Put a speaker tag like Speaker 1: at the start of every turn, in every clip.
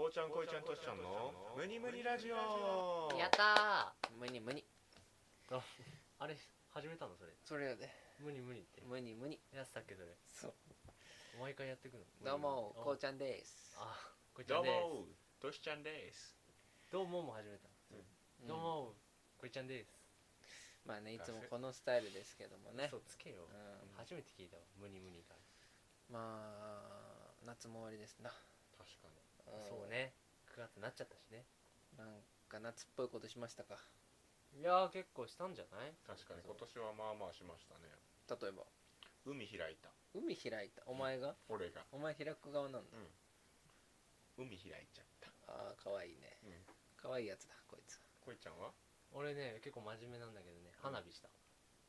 Speaker 1: うちゃんこいちゃんとしちゃんのムニムニラジオ
Speaker 2: やったー無に無に
Speaker 3: ああれ始めたのそれ
Speaker 2: それやで
Speaker 3: 無理無理って
Speaker 2: 無に無に
Speaker 3: やってたっけそれ
Speaker 2: そう
Speaker 3: 毎回やってくの
Speaker 2: どうも
Speaker 3: あ
Speaker 2: こうちゃんです
Speaker 3: あこいちゃ
Speaker 1: どう
Speaker 3: んです
Speaker 1: もとしちゃんです
Speaker 3: どうもも始めた
Speaker 2: うん
Speaker 3: どうもこいちゃんです
Speaker 2: まあねいつもこのスタイルですけどもね
Speaker 3: そうつけよ
Speaker 2: うん
Speaker 3: 初めて聞いたわ無に無にが
Speaker 2: まあ夏も終わりですな
Speaker 1: 確かに
Speaker 2: ん
Speaker 3: そうね9月になっちゃったしね
Speaker 2: なんか夏っぽいことしましたか
Speaker 3: いやー結構したんじゃない
Speaker 1: 確かに今年はまあまあしましたね
Speaker 2: 例えば
Speaker 1: 海開いた
Speaker 2: 海開いたお前が
Speaker 1: 俺が
Speaker 2: お前開く側なんだ
Speaker 1: 海開いちゃった
Speaker 2: ああかわいいね
Speaker 1: うん
Speaker 2: かわいいやつだこいつ
Speaker 1: こいちゃんは
Speaker 3: 俺ね結構真面目なんだけどね
Speaker 1: うん
Speaker 3: 花火した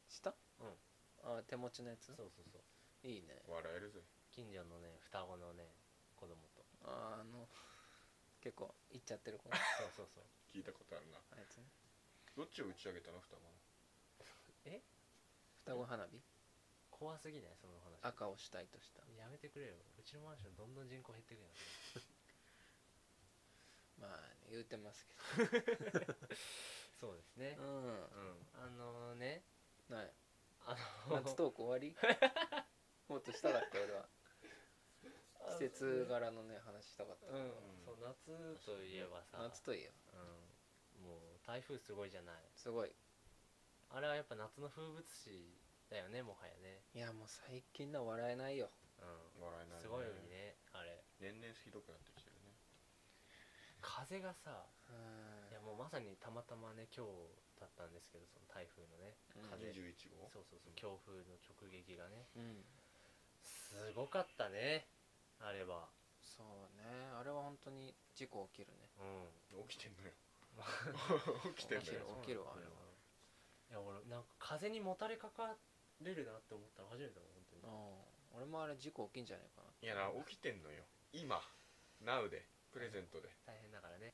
Speaker 2: した
Speaker 3: うん
Speaker 2: ああ手持ちのやつ
Speaker 3: そうそうそう
Speaker 2: いいね
Speaker 1: 笑えるぜ
Speaker 3: 近所のね双子のね子供と
Speaker 2: あーあの結構いっちゃってる子あ
Speaker 3: そうそうそう
Speaker 1: 聞いたことあるない
Speaker 2: つね
Speaker 1: どっちを打ち上げたの双子の
Speaker 2: 双子花火
Speaker 3: 怖すぎないその話
Speaker 2: 赤を主体とした
Speaker 3: やめてくれようちのマンションどんどん人口減ってくるよ
Speaker 2: まあ言うてますけ
Speaker 3: そうですね
Speaker 2: どうん
Speaker 1: う
Speaker 3: あのね
Speaker 2: ない
Speaker 3: あの
Speaker 2: 夏トーク終わ りもっとしたかった俺は季節柄のね話したかっ
Speaker 3: うん、
Speaker 1: ん
Speaker 3: そう夏といえば
Speaker 2: た
Speaker 3: さ
Speaker 2: 夏といえば
Speaker 3: うん、もう台風すごいじゃない
Speaker 2: すごい
Speaker 3: あれはやっぱ夏の風物詩だよねもはやね
Speaker 2: いやもう最近のは笑えないよ
Speaker 1: ん笑え
Speaker 3: うん
Speaker 1: ない
Speaker 3: すごいよねあれ
Speaker 1: 年々ひどくなってきてるね
Speaker 3: 風がさ
Speaker 2: うん
Speaker 3: いやもうまさにたまたまね今日だったんですけどその台風のね
Speaker 2: うん
Speaker 3: 風
Speaker 1: 21号
Speaker 3: そうそうそう強風の直撃がね
Speaker 2: うん
Speaker 3: すごかったねあれは
Speaker 2: そうねあれは本当に事故起きるね
Speaker 3: うん
Speaker 1: 起きてんのよ 起きてんの
Speaker 2: 起きる
Speaker 1: よ
Speaker 2: 起きるわあれはい
Speaker 3: や俺なんか風にもたれかかれるなって思ったの初めてだもん
Speaker 2: う
Speaker 3: 本
Speaker 2: ん俺もあれ事故起きんじゃないかない
Speaker 1: やな起きてんのよ今 NOW でプレゼントで
Speaker 3: 当に大変だからね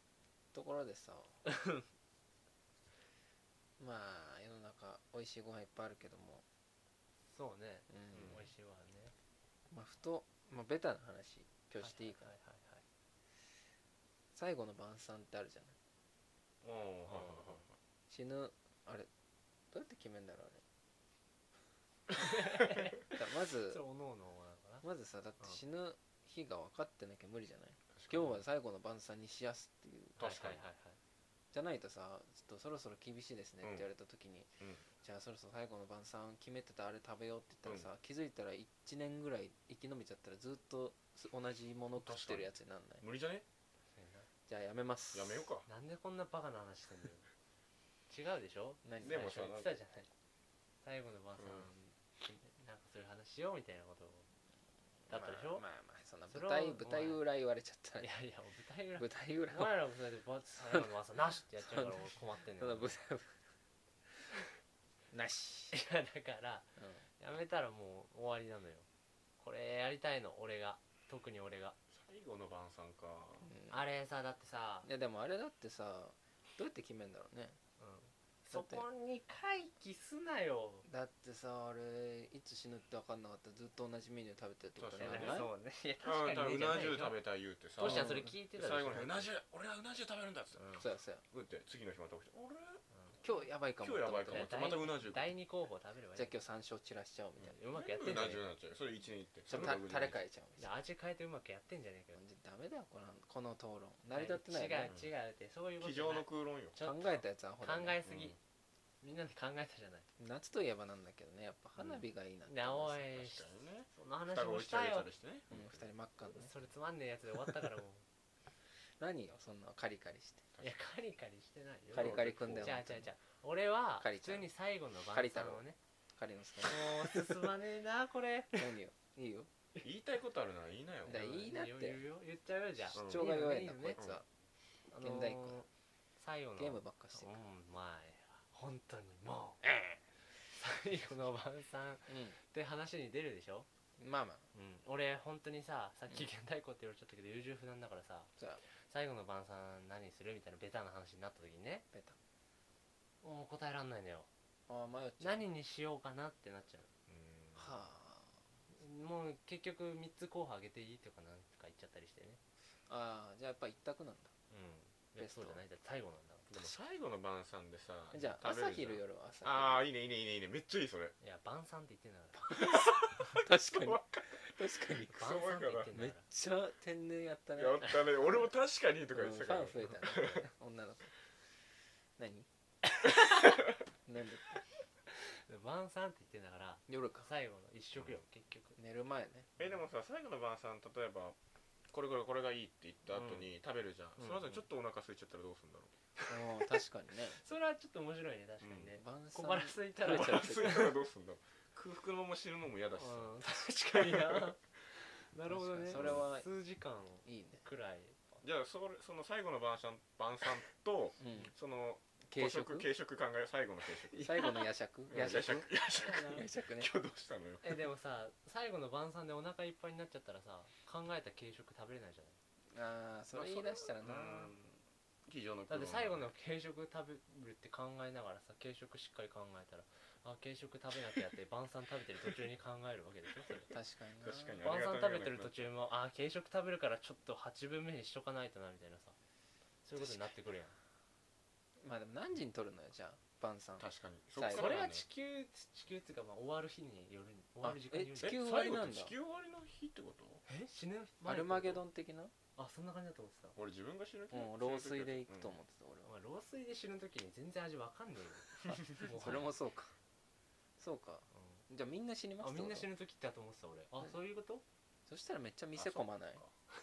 Speaker 2: ところで さまあ世の中美味しいご飯いっぱいあるけども、
Speaker 3: そうね
Speaker 2: うん
Speaker 3: 美味しいわね
Speaker 2: まあ、ふと、まあ、ベタな話今日していいかな、
Speaker 3: はいはいはいはい
Speaker 2: 最後の晩餐ってあるじゃない
Speaker 1: うんはいはいはいはい
Speaker 2: 死ぬあれどうやって決めんだろう あれだま
Speaker 3: それ
Speaker 2: ず
Speaker 3: おのおのなのかな
Speaker 2: まずさだって
Speaker 3: うん
Speaker 2: 死ぬ日が分かってなきゃ無理じゃない
Speaker 1: 確かに
Speaker 2: 今日は最後の晩餐にしやすっていう
Speaker 1: 確かに
Speaker 3: はいはい
Speaker 2: じゃないとさちょっとそろそろ厳しいですねって言われた時に、
Speaker 1: うん
Speaker 2: じゃあそろそろ最後の晩餐決めてたあれ食べようって言ったらさ、気づいたら1年ぐらい生き延びちゃったらずっとす同じもの食ってるやつになんない
Speaker 1: 無理じゃね
Speaker 2: じゃあやめます
Speaker 1: やめようか
Speaker 3: はいなんでこんなバカな話してんのよ違うでしょ
Speaker 2: 何
Speaker 1: でもさ
Speaker 3: 最初言ってたじゃない最後の晩さん、
Speaker 1: うん
Speaker 3: なんかそういう話しようみたいなことをだったでしょ、
Speaker 2: まあまあまあそんな
Speaker 3: それ
Speaker 2: 舞
Speaker 3: は
Speaker 2: 台舞台裏言われちゃった
Speaker 3: い
Speaker 2: ね
Speaker 3: やいやもう舞台裏
Speaker 2: 舞台裏
Speaker 3: お前らもそれでバツ最後の朝なしってやっちゃうから俺困ってん
Speaker 2: そ
Speaker 3: の
Speaker 2: の舞
Speaker 3: よ
Speaker 2: 台なし、
Speaker 3: いやだからやめたらもう終わりなのよこれやりたいの俺が特に俺が
Speaker 1: 最後の晩餐か
Speaker 2: うん
Speaker 3: あれさだってさ、
Speaker 2: いやでもあれだってさどうやって決めんだろうね
Speaker 3: うん、そこに回帰すなよ
Speaker 2: だってさあれいつ死ぬって分かんなかったらずっと同じメニュー食べてるってこ
Speaker 1: そ
Speaker 2: とに
Speaker 1: うだ
Speaker 2: なら
Speaker 1: ね
Speaker 2: ない
Speaker 3: そう
Speaker 1: あだからうな重食
Speaker 3: ねいや確かに
Speaker 1: べ
Speaker 3: べ
Speaker 1: たい言うてさ
Speaker 3: トシちゃんそ
Speaker 2: どう
Speaker 3: れ聞いて
Speaker 1: で
Speaker 3: たでしょ
Speaker 1: 最後に「うな重俺はうな重食べるんだ」っつって
Speaker 3: うん
Speaker 2: そうやそうや
Speaker 1: 食って次の日また起きて「俺
Speaker 2: 今日やばいかも
Speaker 1: 今日やばいかも」
Speaker 2: と思
Speaker 1: っま
Speaker 2: ってて
Speaker 3: だ
Speaker 1: たうな重
Speaker 3: 第二候補食べればいい
Speaker 2: じゃあ今日山椒散らしちゃおうみたいな
Speaker 3: うまくやって
Speaker 1: うん
Speaker 3: じゃ
Speaker 1: な
Speaker 3: ね
Speaker 1: 重になっちゃうよそれ一年いって
Speaker 2: ちょっとたタレ変えちゃおうみ
Speaker 3: え
Speaker 2: たい
Speaker 3: か味変えてうまくやってんじゃねえかよ
Speaker 2: なダメだよこのこの討論成り立ってないよね
Speaker 3: 違う違うってそういうこと
Speaker 1: 机
Speaker 3: じゃな
Speaker 1: 上
Speaker 3: い
Speaker 1: の空論よ
Speaker 3: ちょっと
Speaker 2: 考えたやつはほ
Speaker 3: 考
Speaker 2: ら、ね、
Speaker 3: えす
Speaker 1: う
Speaker 3: ぎ
Speaker 1: ん
Speaker 3: みんなで考えたじゃない
Speaker 2: 夏といえばなんだけどねやっぱ花火がいいなって
Speaker 3: なお
Speaker 2: い、
Speaker 3: い
Speaker 1: 確かにね
Speaker 3: その話
Speaker 1: 双子
Speaker 3: も
Speaker 1: 打
Speaker 3: し
Speaker 1: ち上
Speaker 3: た
Speaker 1: げた
Speaker 3: よ
Speaker 1: りしてね
Speaker 2: うん、二人真っ赤のね
Speaker 3: それつまんねえやつで終わったからも う
Speaker 2: 何よそんなカリカリして
Speaker 3: いやカリカリしてないよ
Speaker 2: カリカリくんだよ
Speaker 3: じゃあじゃあじゃあ俺は
Speaker 2: カ
Speaker 3: 普
Speaker 2: リちゃん
Speaker 3: 通に最後の
Speaker 2: カ
Speaker 3: 晩
Speaker 2: リ太
Speaker 3: 餐
Speaker 2: 郎
Speaker 3: をね
Speaker 2: カリのす
Speaker 3: もう進まねえなこれ
Speaker 2: 何よいいよ
Speaker 1: 言いたいことあるなら言いなよ
Speaker 2: だからいいなって
Speaker 3: よ言うよ言っちゃうよじゃあ
Speaker 1: 主
Speaker 2: 主張が弱いんだ
Speaker 3: よ
Speaker 2: こい
Speaker 3: ね
Speaker 2: つは
Speaker 3: あのー
Speaker 2: 現代っ子だ
Speaker 3: 最後の
Speaker 2: ゲームばっかしてる
Speaker 3: うんまあ本当にもう、ええ最後の晩餐って話に出るでしょ、
Speaker 2: うんまあまあ
Speaker 3: うん、俺本当にささっき現代校って言われちゃったけど優柔不断だからさ
Speaker 2: じゃあ
Speaker 3: 最後の晩餐何するみたいなベタな話になった時にね
Speaker 2: ベタ
Speaker 3: もう答えらんないのよ
Speaker 2: ああ迷っちゃう
Speaker 3: 何にしようかなってなっちゃ
Speaker 1: うん
Speaker 2: はあ
Speaker 3: うもう結局3つ候補あげていいとかなんとか言っちゃったりしてね
Speaker 2: ああじゃあやっぱ一択なん
Speaker 3: うんい
Speaker 2: ベ
Speaker 3: や
Speaker 2: スト
Speaker 3: そうじゃないだって最後なんだもん
Speaker 1: でも最後の晩餐でさ
Speaker 2: だじゃ
Speaker 1: 食
Speaker 2: あ
Speaker 1: べ
Speaker 2: 朝
Speaker 1: る
Speaker 2: 昼
Speaker 1: じゃん
Speaker 2: 夜は朝昼
Speaker 1: ああいいねいいねいいねいいねめっちゃいいそれ
Speaker 3: いや晩餐って言ってんだか
Speaker 2: 確かに
Speaker 1: わ
Speaker 2: 確かに
Speaker 1: ク
Speaker 3: ら
Speaker 1: ソ
Speaker 3: 晩餐って言ってん
Speaker 2: め
Speaker 3: だ
Speaker 2: っ
Speaker 3: から
Speaker 2: ちゃ天然やったね
Speaker 1: やったね俺も確かにとか
Speaker 2: う
Speaker 1: 言
Speaker 2: ん
Speaker 1: っ
Speaker 2: フ
Speaker 1: て
Speaker 2: ァ
Speaker 1: た
Speaker 2: ン
Speaker 1: から、
Speaker 2: 増えたね女の子何なんで
Speaker 3: 晩餐って言ってんだから
Speaker 2: 夜か
Speaker 3: 最後の一食よ、結局
Speaker 2: 寝る前ね
Speaker 1: えでもさ最後の晩餐例えばこれこれこれがいいって言った後に食べるじゃん、
Speaker 3: うん
Speaker 1: その後にちょっとお腹空いちゃったらどうするんだろう、
Speaker 2: うん確かにね
Speaker 3: それはちょっと面白いね確かにね、
Speaker 2: 晩
Speaker 3: 小
Speaker 2: 餐
Speaker 3: 腹空いたら
Speaker 2: うん
Speaker 1: お
Speaker 3: う
Speaker 2: 食べち
Speaker 3: ん
Speaker 2: ゃ
Speaker 1: 腹空いたら
Speaker 3: 確
Speaker 1: どうすんだろう空腹のまま死ぬのも嫌だしさ、
Speaker 3: か にななるほ
Speaker 2: 確
Speaker 3: ど
Speaker 2: か
Speaker 3: ね
Speaker 2: にそれは
Speaker 3: 数時間
Speaker 2: いいね
Speaker 3: くらい
Speaker 1: じゃあそれその最後の晩餐晩餐 と
Speaker 2: うん
Speaker 1: その
Speaker 2: 軽
Speaker 1: 小
Speaker 2: 食
Speaker 1: 軽食考え最後の軽食
Speaker 2: 最後の夜食
Speaker 1: うん
Speaker 2: 夜
Speaker 1: 夜
Speaker 2: 食
Speaker 1: 食夜食
Speaker 2: 夜食 ね
Speaker 1: 今日どうしたのよ
Speaker 3: えでもさ最後の晩餐でお腹いっぱいになっちゃったらさ考えた軽食食べれないじゃない
Speaker 2: ああそれ言い出したらな
Speaker 1: うん机上の黒
Speaker 3: だっ
Speaker 1: の
Speaker 3: て最後の軽食食べるって考えながらさ軽食しっかり考えたらあ軽食食べなきゃって晩餐食べてる途中に考えるわけでしょそれ
Speaker 2: 確かにな
Speaker 1: 確かに
Speaker 3: 晩餐食べてる途中もあ軽食食べるからちょっと8分目にしとかないとなみたいなさそういうことになってくるやん
Speaker 2: まあでも何時に取るのよじゃあ晩餐
Speaker 1: 確かに
Speaker 2: 最後
Speaker 1: っ
Speaker 2: に
Speaker 1: か
Speaker 3: そ
Speaker 1: ら
Speaker 3: れ
Speaker 1: だ
Speaker 3: は
Speaker 1: ね
Speaker 3: 地球地球っていうかまあ終わる日によるに終わる時間による
Speaker 2: え地
Speaker 3: え
Speaker 2: 球
Speaker 1: え
Speaker 2: 終わ
Speaker 1: 最
Speaker 2: り
Speaker 1: 後っ
Speaker 2: なん
Speaker 1: て
Speaker 2: だ
Speaker 1: 地球終わりの日ってこと
Speaker 3: 死ぬ
Speaker 2: アルマゲド
Speaker 3: ン
Speaker 2: ン的な
Speaker 3: あそんな感じだと思ってた
Speaker 1: 俺自分が死ぬ
Speaker 2: うん老衰で行くと思
Speaker 1: う
Speaker 2: っ、てた俺
Speaker 3: お
Speaker 2: は
Speaker 3: 前老衰で死ぬ時に全然味わかんねえよ
Speaker 2: それもそうかそうか
Speaker 3: うん
Speaker 2: じゃあみんな死にます
Speaker 3: あみんな死
Speaker 2: ぬ
Speaker 3: ぬ時だと思ってた俺あ
Speaker 2: え
Speaker 3: そういうこと
Speaker 2: そしたらめっちゃ店混まない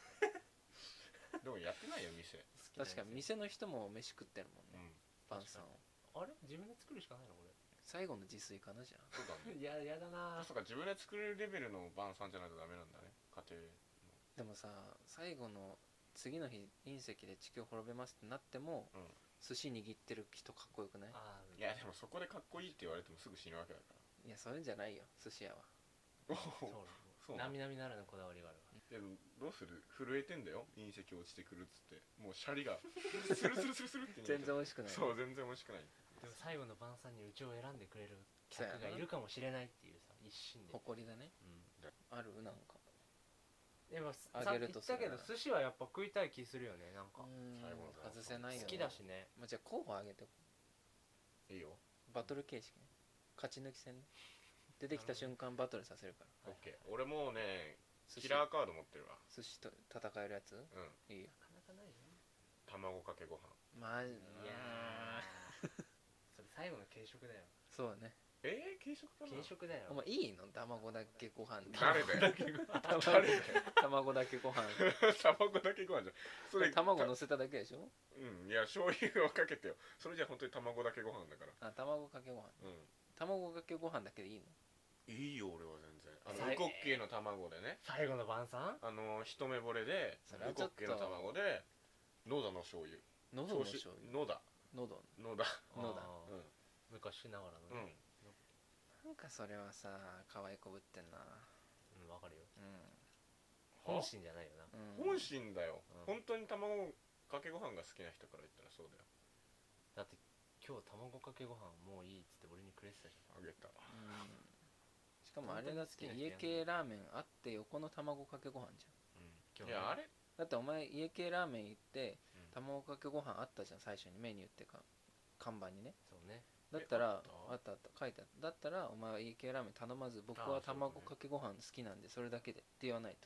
Speaker 1: うんでもやってないよ店、
Speaker 2: 確かに店の人も飯食ってるもんね
Speaker 1: うん、
Speaker 2: 晩餐を
Speaker 3: あれ自分で作るしかないのこ れ
Speaker 2: 最後の自炊かなじゃ
Speaker 1: そうだね
Speaker 3: いややだな
Speaker 1: あそうか自分で作れるレベルの晩餐じゃないとダメなんだね家庭
Speaker 2: んでもさ最後の次の日隕石で地球滅びますってなっても、
Speaker 1: うん
Speaker 2: 寿司握ってる人かっこよくない
Speaker 3: あー
Speaker 1: いやでもそこでかっこいいって言われてもすぐ死ぬわけだか
Speaker 2: いやそういうんじゃないよ寿司屋は
Speaker 1: ら
Speaker 3: そう
Speaker 1: おおそう
Speaker 3: な
Speaker 1: な
Speaker 3: の
Speaker 1: の
Speaker 3: 並々ならぬこだわりがあるわ
Speaker 1: いやでもどうする震えてんだよ隕石落ちてくるっつってもうシャリがスルスルスルスルって逃げ
Speaker 2: 全
Speaker 1: て
Speaker 2: 然美味しくない
Speaker 1: そう全然美味しくない
Speaker 3: でも最後の晩餐にうちを選んでくれる
Speaker 2: そう
Speaker 3: 客
Speaker 2: やな
Speaker 3: がいるかもしれないっていうさ一心で、
Speaker 2: 誇りだね
Speaker 3: う
Speaker 2: あるなんか
Speaker 3: ん、でも
Speaker 2: あげると
Speaker 3: さっき言った
Speaker 2: す
Speaker 3: けど寿司はやっぱ食いたい気するよねなんか
Speaker 2: うん
Speaker 1: 最後の晩餐
Speaker 2: 外せないよ、ね、
Speaker 3: 好きだしね
Speaker 2: まあ、じゃあ候補あげて
Speaker 1: いいよ
Speaker 2: バトル形式ね勝ち抜き戦ね出てきた瞬間バトルさせるから
Speaker 1: オッケー俺もうね
Speaker 2: 寿
Speaker 1: キ
Speaker 2: 司
Speaker 1: ラーカード持ってるわ
Speaker 2: 寿司と戦えるやつ
Speaker 1: うん
Speaker 2: いいよ
Speaker 3: なかなかないよ
Speaker 1: 卵かけご飯
Speaker 2: マジ
Speaker 3: いやー それ最後の軽食だよ
Speaker 2: そうだね
Speaker 1: えー、軽食かな
Speaker 3: 軽食だよ
Speaker 2: お前いいの卵だけご飯
Speaker 1: 誰だよ
Speaker 2: 卵
Speaker 1: 誰だよ
Speaker 2: 卵だけご飯
Speaker 1: 卵だけご飯じゃんそれ
Speaker 2: 卵乗せただけでしょ
Speaker 1: うんいや醤油をかけてよそれじゃ本当に卵だけご飯だから
Speaker 2: あ卵かけご飯
Speaker 1: う
Speaker 2: 卵かけご飯だけでいいの
Speaker 1: んいいよ俺は全然あの
Speaker 3: 最
Speaker 1: ウコッケイの卵でね
Speaker 3: 最後の晩餐
Speaker 1: あの一目惚れで
Speaker 2: それは
Speaker 1: ウ
Speaker 2: ち
Speaker 1: コ
Speaker 2: ょ
Speaker 1: ッ
Speaker 2: っと
Speaker 1: ケイの卵で野田の醤油
Speaker 2: 喉の醤油
Speaker 1: 野田
Speaker 2: 喉の
Speaker 1: 野田
Speaker 2: のだ
Speaker 3: あー
Speaker 1: う
Speaker 3: 昔ながらの
Speaker 1: んう
Speaker 3: ね
Speaker 1: ん
Speaker 2: なんかそれはさ可愛いこぶってんな
Speaker 3: うんわ、かるよ
Speaker 1: は
Speaker 3: 本心じゃないよな
Speaker 2: うん、うん
Speaker 1: 本、心だよ
Speaker 3: うん
Speaker 1: 本当に卵かけご飯が好きな人から言ったらそうだよ
Speaker 3: だって今日卵かけご飯もういいっつって俺にくれてたじ
Speaker 1: あげた
Speaker 2: しかもあれだって家系ラーメンあって横の卵かけご飯じゃ
Speaker 1: う
Speaker 2: ん
Speaker 1: んいやあれ
Speaker 2: だってお前家系ラーメン行って
Speaker 1: うん
Speaker 2: 卵かけご飯あったじゃん最初にメニューってか看板にね
Speaker 3: ゃんそうね
Speaker 2: だったら
Speaker 1: え
Speaker 2: あったあった書いてあっただったらお前は家系ラーメン頼まず僕
Speaker 1: あ
Speaker 2: は
Speaker 1: あそうだね
Speaker 2: 卵かけご飯好きなんでそれだけでって言わない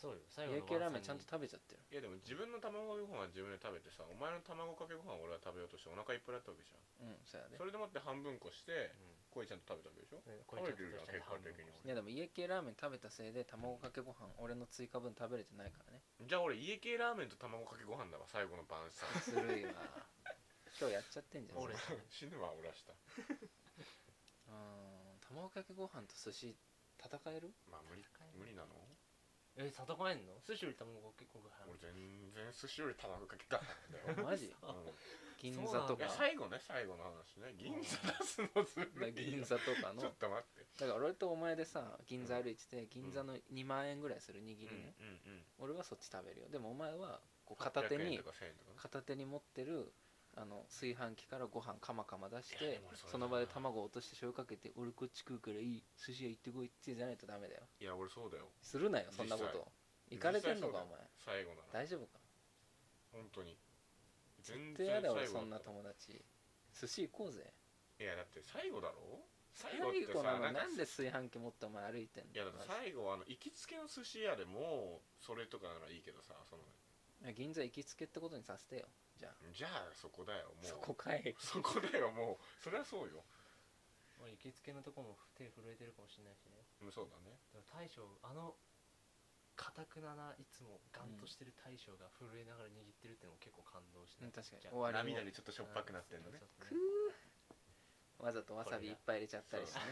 Speaker 3: そうよ
Speaker 2: と
Speaker 3: 最後
Speaker 2: 家系ラ
Speaker 3: の
Speaker 2: ー
Speaker 3: 晩
Speaker 2: メ
Speaker 3: 餐
Speaker 2: ン
Speaker 3: に
Speaker 2: ちゃんと食べちゃってる
Speaker 1: いやでも自分の卵かけご飯は自分で食べてさお前の卵かけご飯を俺は食べようとしてお腹いっぱいだったわけじゃん
Speaker 2: うんそうやで
Speaker 1: それでもって半分こして
Speaker 3: う
Speaker 1: こいちゃんと食べたわけでしょ
Speaker 3: んねこういうちょっとした
Speaker 1: 食べてるな結果的に
Speaker 3: 半分
Speaker 2: いやでも家系ラーメン食べたせいで卵かけご飯俺の追加分食べれてないからね
Speaker 1: じゃあ俺家系ラーメンと卵かけご飯だわ最後の晩餐
Speaker 2: ずるいわ今日やっちゃってんじゃんう
Speaker 3: 俺
Speaker 1: 死ぬわ俺明日
Speaker 2: ーん卵かけご飯と寿司戦える
Speaker 1: まあ無理無理なの
Speaker 3: え戦えんの寿司より卵かけご飯
Speaker 1: 俺全然寿司より卵かけご飯だよ
Speaker 2: マジ
Speaker 3: あ
Speaker 1: うん
Speaker 2: 銀
Speaker 3: そう
Speaker 2: 座
Speaker 3: なんだ
Speaker 2: と
Speaker 1: い
Speaker 2: か
Speaker 1: や最後ね最後の話ね銀座出すのずるいよ
Speaker 2: 銀座とかの
Speaker 1: ちょっと待って
Speaker 2: だから俺とお前でさ銀座歩いてて銀座の2万円ぐらいする握りね、
Speaker 1: うんうんうん
Speaker 2: 俺はそっち食べるよでもお前はこう片手
Speaker 1: 800円
Speaker 2: に
Speaker 1: とか1000円とかね
Speaker 2: 片手に持ってるあの炊飯器からご飯カマカマ出し
Speaker 1: いや
Speaker 2: て
Speaker 1: でも俺それ
Speaker 2: その場で卵落として醤油かけて「俺こっち食うからいい寿司屋行ってこい」ってじゃないとダメだよ
Speaker 1: いや俺そうだよ
Speaker 2: するなよそんなこと行かれてんのかお前
Speaker 1: 最後なら
Speaker 2: 大丈夫か
Speaker 1: 本当に全
Speaker 2: 絶対やだ俺
Speaker 1: 後
Speaker 2: そんな
Speaker 1: った
Speaker 2: 友達寿司行こうぜ
Speaker 1: いやだって最後だろ最後って
Speaker 2: 最後
Speaker 1: さな
Speaker 2: なの
Speaker 1: んか
Speaker 2: なんで炊飯器持ってお前歩いてんの
Speaker 1: いやだって最後はあの行きつけの寿司屋でもそれとかならいいけどさその
Speaker 2: 銀座行きつけってことにさせてよじゃあ
Speaker 1: じゃあそこだよもう
Speaker 2: そこかい
Speaker 1: そこだよもうそりゃそうよ
Speaker 3: まあ行きつけのとこも手震えてるかもしれないしね
Speaker 1: うんそうだね
Speaker 3: でも大将あのかたくなないつもガンとしてる大将が震えながら握ってるってのも結構感動し
Speaker 2: う
Speaker 3: ない
Speaker 2: ん確かに
Speaker 3: じゃあ
Speaker 2: 終わりも
Speaker 1: 涙でちょっとしょっぱくなってんのね
Speaker 3: そうそう
Speaker 2: く
Speaker 3: そう
Speaker 2: ーわざとわさびいっぱい入れちゃったりしてね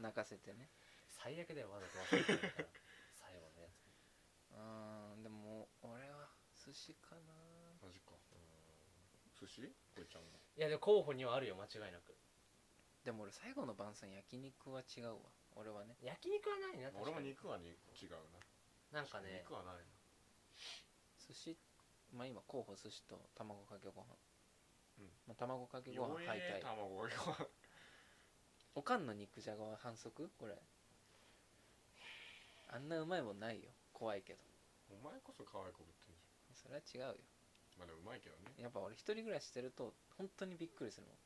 Speaker 2: 泣かせてね
Speaker 3: 最悪だよわざと忘れてるから最後のやつ
Speaker 2: うーんでも俺は寿司かな
Speaker 1: マジか寿司こいちゃんの
Speaker 3: いやでも候補にはあるよ間違いなく
Speaker 2: でも俺最後の晩餐焼肉は違うわ俺はね
Speaker 3: 焼肉はないな確
Speaker 1: 俺
Speaker 3: か
Speaker 1: も肉は
Speaker 3: に
Speaker 1: に違うな
Speaker 3: なんかね
Speaker 1: 肉はないな
Speaker 2: 寿司まあ今候補寿司と卵かけご飯
Speaker 1: うん
Speaker 2: まあ卵かけご
Speaker 1: 弱
Speaker 2: 飯
Speaker 1: い
Speaker 2: 敗
Speaker 1: ね
Speaker 2: 退
Speaker 1: 卵が
Speaker 2: おかんの肉じゃがは反則これあんなうまいもんないよ怖いけど
Speaker 1: お前こそ可愛い子ぶってんじ
Speaker 2: それは違うよ
Speaker 1: ゃんまあでもうまいけどね
Speaker 2: やっぱ俺一人暮らししてると本当にびっくりするもん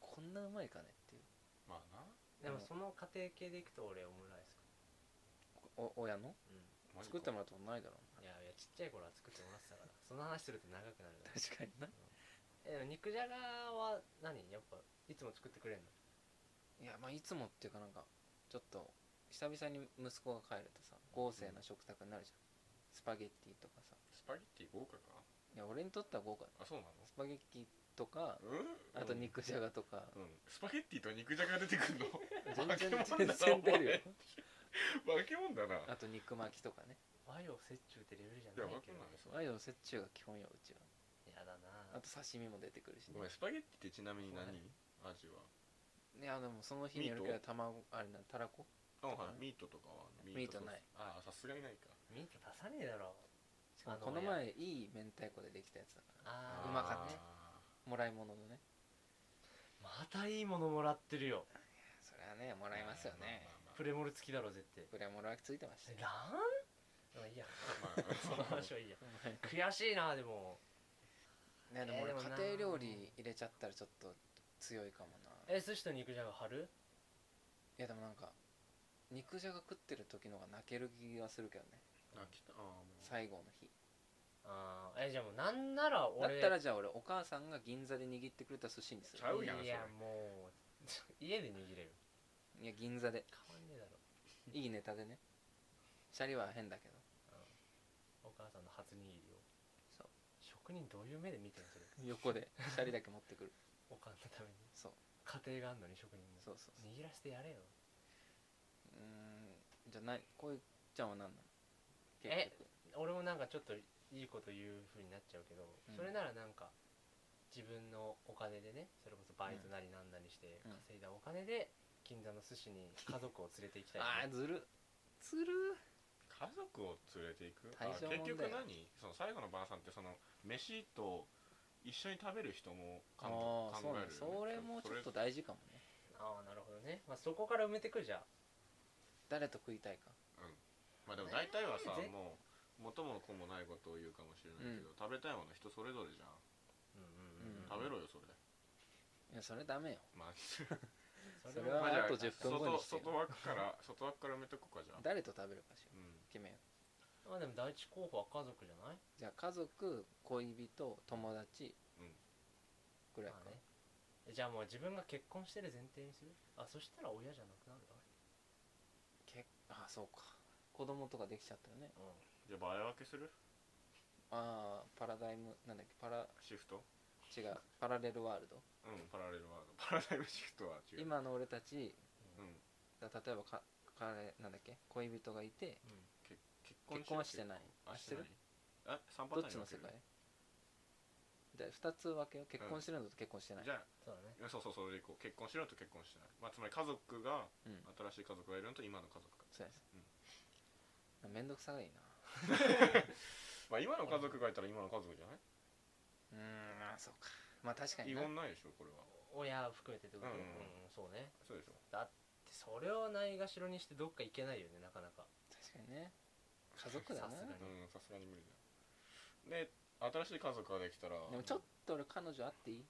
Speaker 2: こんなうまいかねっていう
Speaker 1: まあな
Speaker 3: でもその家庭系でいくと俺オムライスか
Speaker 2: お親の
Speaker 3: うん
Speaker 1: マジか
Speaker 2: 作ってもらったことないだろう
Speaker 3: いやいやちっちゃい頃は作ってもらってたからその話すると長くなる
Speaker 2: な
Speaker 3: な
Speaker 2: 確かにな
Speaker 3: えでも肉じゃがは何やっぱいつも作ってくれんの
Speaker 2: いやまあいつもっていうかなんかちょっと久々に息子が帰るとさ豪勢な食卓になるじゃん、スパゲッティとかさ
Speaker 1: スパゲッティ豪華か
Speaker 2: いや俺にとっては豪華だ
Speaker 1: あそうなの
Speaker 2: スパゲッティとか
Speaker 1: うん
Speaker 2: あと肉じゃがとか、
Speaker 1: うんスパゲッティと肉じゃが出てくんの
Speaker 2: 全
Speaker 1: 化け
Speaker 2: 然
Speaker 1: 物
Speaker 2: 全
Speaker 1: だ
Speaker 2: 然出るよ
Speaker 1: 化け物だな
Speaker 2: あと肉巻きとかね
Speaker 3: 和洋折衷ってレベルじゃ
Speaker 1: いや
Speaker 3: ない
Speaker 1: わ
Speaker 3: け
Speaker 1: かん
Speaker 3: ど
Speaker 1: ないそう
Speaker 2: ワイドの折衷が基本ようちは
Speaker 3: やだな
Speaker 2: あと刺身も出てくるし、ね
Speaker 1: ごめんスパゲッティってちなみに何
Speaker 2: ごめ
Speaker 1: 味はい
Speaker 2: やでもその日によるけど
Speaker 1: ミー
Speaker 2: 卵あれなたらこ
Speaker 1: あ
Speaker 2: とかね
Speaker 1: はいミートとかは
Speaker 2: ミート
Speaker 1: ソース
Speaker 2: ない
Speaker 1: ああさすがにないか
Speaker 3: ミート足さねえだろ
Speaker 2: しかも
Speaker 3: あの
Speaker 2: この前いい明太子でできたやつだから
Speaker 3: あー
Speaker 2: うまかったね
Speaker 1: あ
Speaker 2: もらい物のね
Speaker 3: またいいものもらってるよ
Speaker 2: それはねも
Speaker 1: ー
Speaker 2: らいますよね
Speaker 1: まあまあまあ
Speaker 3: プレモル付きだろ絶対
Speaker 2: これはもらいついてましたよ
Speaker 3: なんまあいいやその
Speaker 1: まあまあ
Speaker 3: 話はいいや
Speaker 2: お前
Speaker 3: 悔しいなでも
Speaker 2: ねでも
Speaker 3: えー
Speaker 2: 俺
Speaker 3: でもな
Speaker 2: 家庭料理入れちゃったらちょっと強いかもない
Speaker 3: え寿司と肉じゃが貼る
Speaker 2: やでもなんか肉じゃが食ってる時のが泣ける気がするけどね
Speaker 1: あ来たあーもう
Speaker 2: 最後の日
Speaker 3: あーえじゃあもうなんなら
Speaker 2: だ
Speaker 3: 俺
Speaker 2: ったらじゃあ俺お母さんが銀座で握ってくれた寿司にす
Speaker 1: ちゃ
Speaker 2: る
Speaker 1: うやんそれ
Speaker 3: いやもう家で握れる
Speaker 2: いや銀座で
Speaker 3: 変わんねえだろ
Speaker 2: いいネタでねシャリは変だけど
Speaker 3: お母さんの初握りを
Speaker 2: そう
Speaker 3: 職人どういう目で見てんのそれ
Speaker 2: 横でシャリだけ持ってくる
Speaker 3: おかんのために
Speaker 2: そう
Speaker 3: 家庭があんのに職人も
Speaker 2: そうそうそう
Speaker 3: 握らせてやれよ
Speaker 2: うーんじゃあないこいちゃんは何なの
Speaker 3: え俺もなんかちょっといいこと言う風になっちゃうけど、
Speaker 2: うん
Speaker 3: それならなんか自分のお金でねそれこそバイトなりなんなりして
Speaker 2: うん
Speaker 3: 稼いだお金で銀座の寿司に家族を連れて行きたい、
Speaker 2: ああーずるずる
Speaker 1: 家族を連れていく
Speaker 2: 対
Speaker 1: あ
Speaker 2: 象問
Speaker 1: 結局
Speaker 2: 題
Speaker 1: 何その最後の晩餐ってその飯と一緒に食べる人も
Speaker 2: あ
Speaker 1: 考え
Speaker 2: あー
Speaker 1: 考
Speaker 2: そう
Speaker 1: える
Speaker 2: ねそれもちょっと
Speaker 1: と
Speaker 2: 大事かもね
Speaker 3: ああなるほどね、まあ、そこから埋めてくじゃん
Speaker 2: 誰と食いたいか
Speaker 1: まあでも大体はさ
Speaker 3: ねえ
Speaker 1: もう元も子もないことを言うかもしれないけど、食べたいもの人それぞれじゃん
Speaker 3: う
Speaker 2: う
Speaker 3: ん
Speaker 2: ん
Speaker 1: 食べろよそれ、
Speaker 2: いやそれダメよ
Speaker 1: まあ
Speaker 2: そ
Speaker 3: そ
Speaker 2: れは
Speaker 1: まじゃ
Speaker 2: あと10分後にして
Speaker 1: 外外枠から外枠から埋めとこうかじゃあ
Speaker 2: 誰と食べるかしら
Speaker 1: うん
Speaker 2: 決めよう
Speaker 3: まあでも第一候補は家族じゃない
Speaker 2: じゃあ家族恋人友達
Speaker 1: うん
Speaker 2: ぐらいか
Speaker 3: まあねえじゃあもう自分が結婚してる前提にするあそしたら親じゃなくなるよ
Speaker 2: けあそうか子供とかできちゃったよね
Speaker 3: うん
Speaker 1: じゃあ場合分けする
Speaker 2: ああパラダイムなんだっけパラ
Speaker 1: シフト
Speaker 2: 違うパラレルワールド
Speaker 1: うんパラレルワードパラダイムシフトは違う
Speaker 2: 今の俺たち
Speaker 1: うん、
Speaker 2: だ例えばか彼なんだっけ恋人がいて
Speaker 1: け結婚
Speaker 2: 結婚はしてない
Speaker 1: あ
Speaker 2: し
Speaker 1: してて
Speaker 2: る
Speaker 1: るあ三パ
Speaker 2: ど
Speaker 1: ター
Speaker 2: っ
Speaker 1: ンに
Speaker 2: ちの
Speaker 1: 分ける
Speaker 2: 世界で2つ分けよう結婚してるのと結婚してない、
Speaker 1: じゃあ
Speaker 3: そうだね
Speaker 1: いやそうそうそれでいこう結婚してるのと結婚してない、まあ、つまり家族が
Speaker 2: うん
Speaker 1: 新しい家族がいるのと今の家族が、
Speaker 2: そうです、めんどくさがいいな
Speaker 1: まあ、今の家族がいたら今の家族じゃないう
Speaker 2: ーんあそうかまあ確かに
Speaker 1: 遺
Speaker 2: な
Speaker 1: 言ないでしょこれは
Speaker 3: 親含めてってこと、
Speaker 1: うんうん
Speaker 3: うんそうね
Speaker 1: そうでしょ
Speaker 3: だってそれをないがしろにしてどっか行けないよねなかなか
Speaker 2: 確かにね家族だな
Speaker 3: さすがに
Speaker 1: うんさすがに無理だよであ新しい家族ができたら
Speaker 2: でもちょっと俺彼女あっていい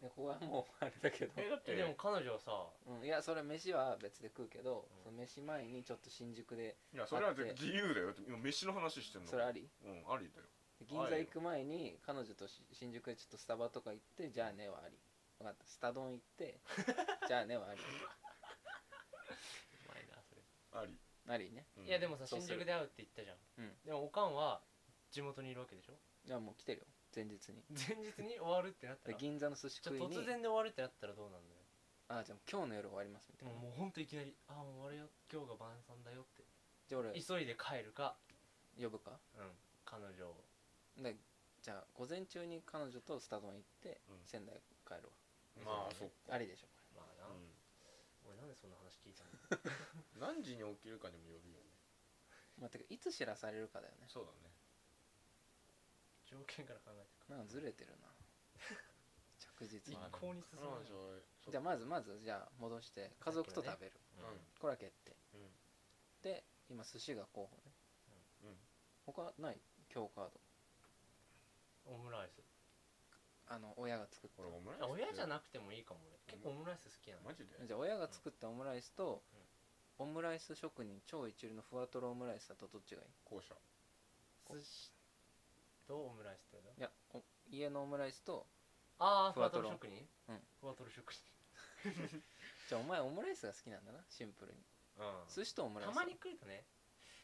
Speaker 2: ねここはもうあれだけど
Speaker 1: えだって
Speaker 3: えでも彼女はさ
Speaker 2: うん、いやそれ飯は別で食うけど、
Speaker 3: うん
Speaker 2: その飯前にちょっと新宿で
Speaker 1: いやそれは
Speaker 2: だって
Speaker 1: 自由だよだって今飯の話してんの
Speaker 2: それあり
Speaker 1: うんありだよ
Speaker 2: 銀座行く前に彼女とし新宿でちょっとスタバとか行ってじゃあねはあり分かったスタ丼行ってじゃあねはあり
Speaker 3: うまいなそれ
Speaker 1: あり、
Speaker 2: ありね
Speaker 1: うん
Speaker 3: いやでもさ
Speaker 2: そう
Speaker 3: 新
Speaker 2: する
Speaker 3: 宿で会うって言ったじゃん、
Speaker 2: うん
Speaker 3: でもおかんは地元にいるわけでしょ
Speaker 2: じゃあもう来てるよ前日に
Speaker 3: 前日に終わるってなった
Speaker 2: で
Speaker 3: らちょ
Speaker 2: 銀座の寿司食いに
Speaker 3: 突然で終わるってなったらどうなんだよ
Speaker 2: あーじゃあ今日の夜終わりますみたいな
Speaker 3: もうもうほんといきなり「あもう終わるよ今日が晩餐だよ」って
Speaker 2: じゃあ俺
Speaker 3: 急いで帰るか
Speaker 2: 呼ぶか
Speaker 3: うん彼女を
Speaker 2: でじゃあ午前中に彼女とスタ丼行って、
Speaker 1: うん
Speaker 2: 仙台帰る
Speaker 1: まあそっ
Speaker 2: わありでしょこ
Speaker 3: まあな、
Speaker 1: か、
Speaker 3: 俺なんでそんな話聞いたの
Speaker 1: うん、何時に起きるかにもよるよね
Speaker 2: れ、まあ、てかいつ知らされるかだよね
Speaker 1: そうだね
Speaker 3: 条件から考えて
Speaker 2: なんかずれてる な着実に
Speaker 3: 一
Speaker 1: まあ
Speaker 3: 向に進
Speaker 1: 彼
Speaker 3: ま
Speaker 1: 女は
Speaker 3: ない
Speaker 1: そう
Speaker 2: じゃあまずまずじゃあ戻して家族と食べる、
Speaker 1: うん
Speaker 2: これは決定
Speaker 1: うん
Speaker 2: で今寿司が候補ね
Speaker 1: うん
Speaker 2: 他ない今日カード
Speaker 3: オムライス
Speaker 2: あの親が作った
Speaker 1: 俺オムライス
Speaker 3: あ親じゃ
Speaker 1: な
Speaker 3: なくてもいいかも俺結構オムライス好きなの
Speaker 1: マジで
Speaker 2: じゃあ親が作ったオムライスと、オムライス職人超一流のふわとろオムライスだとどっちがいい
Speaker 1: 校舎
Speaker 3: 寿司とオムライスってこと
Speaker 2: いやお家のオムライスと
Speaker 3: ああ
Speaker 2: ふ
Speaker 3: ふ
Speaker 2: わ
Speaker 3: わ
Speaker 2: と
Speaker 3: と
Speaker 2: ろ
Speaker 3: ろ職人
Speaker 2: うん
Speaker 3: ふわとろ職人
Speaker 2: じゃあお前オムライスが好きなんだなシンプルに
Speaker 3: う
Speaker 2: 寿司とオム
Speaker 3: ん
Speaker 2: ライ
Speaker 3: た
Speaker 2: ス
Speaker 3: まに食うとね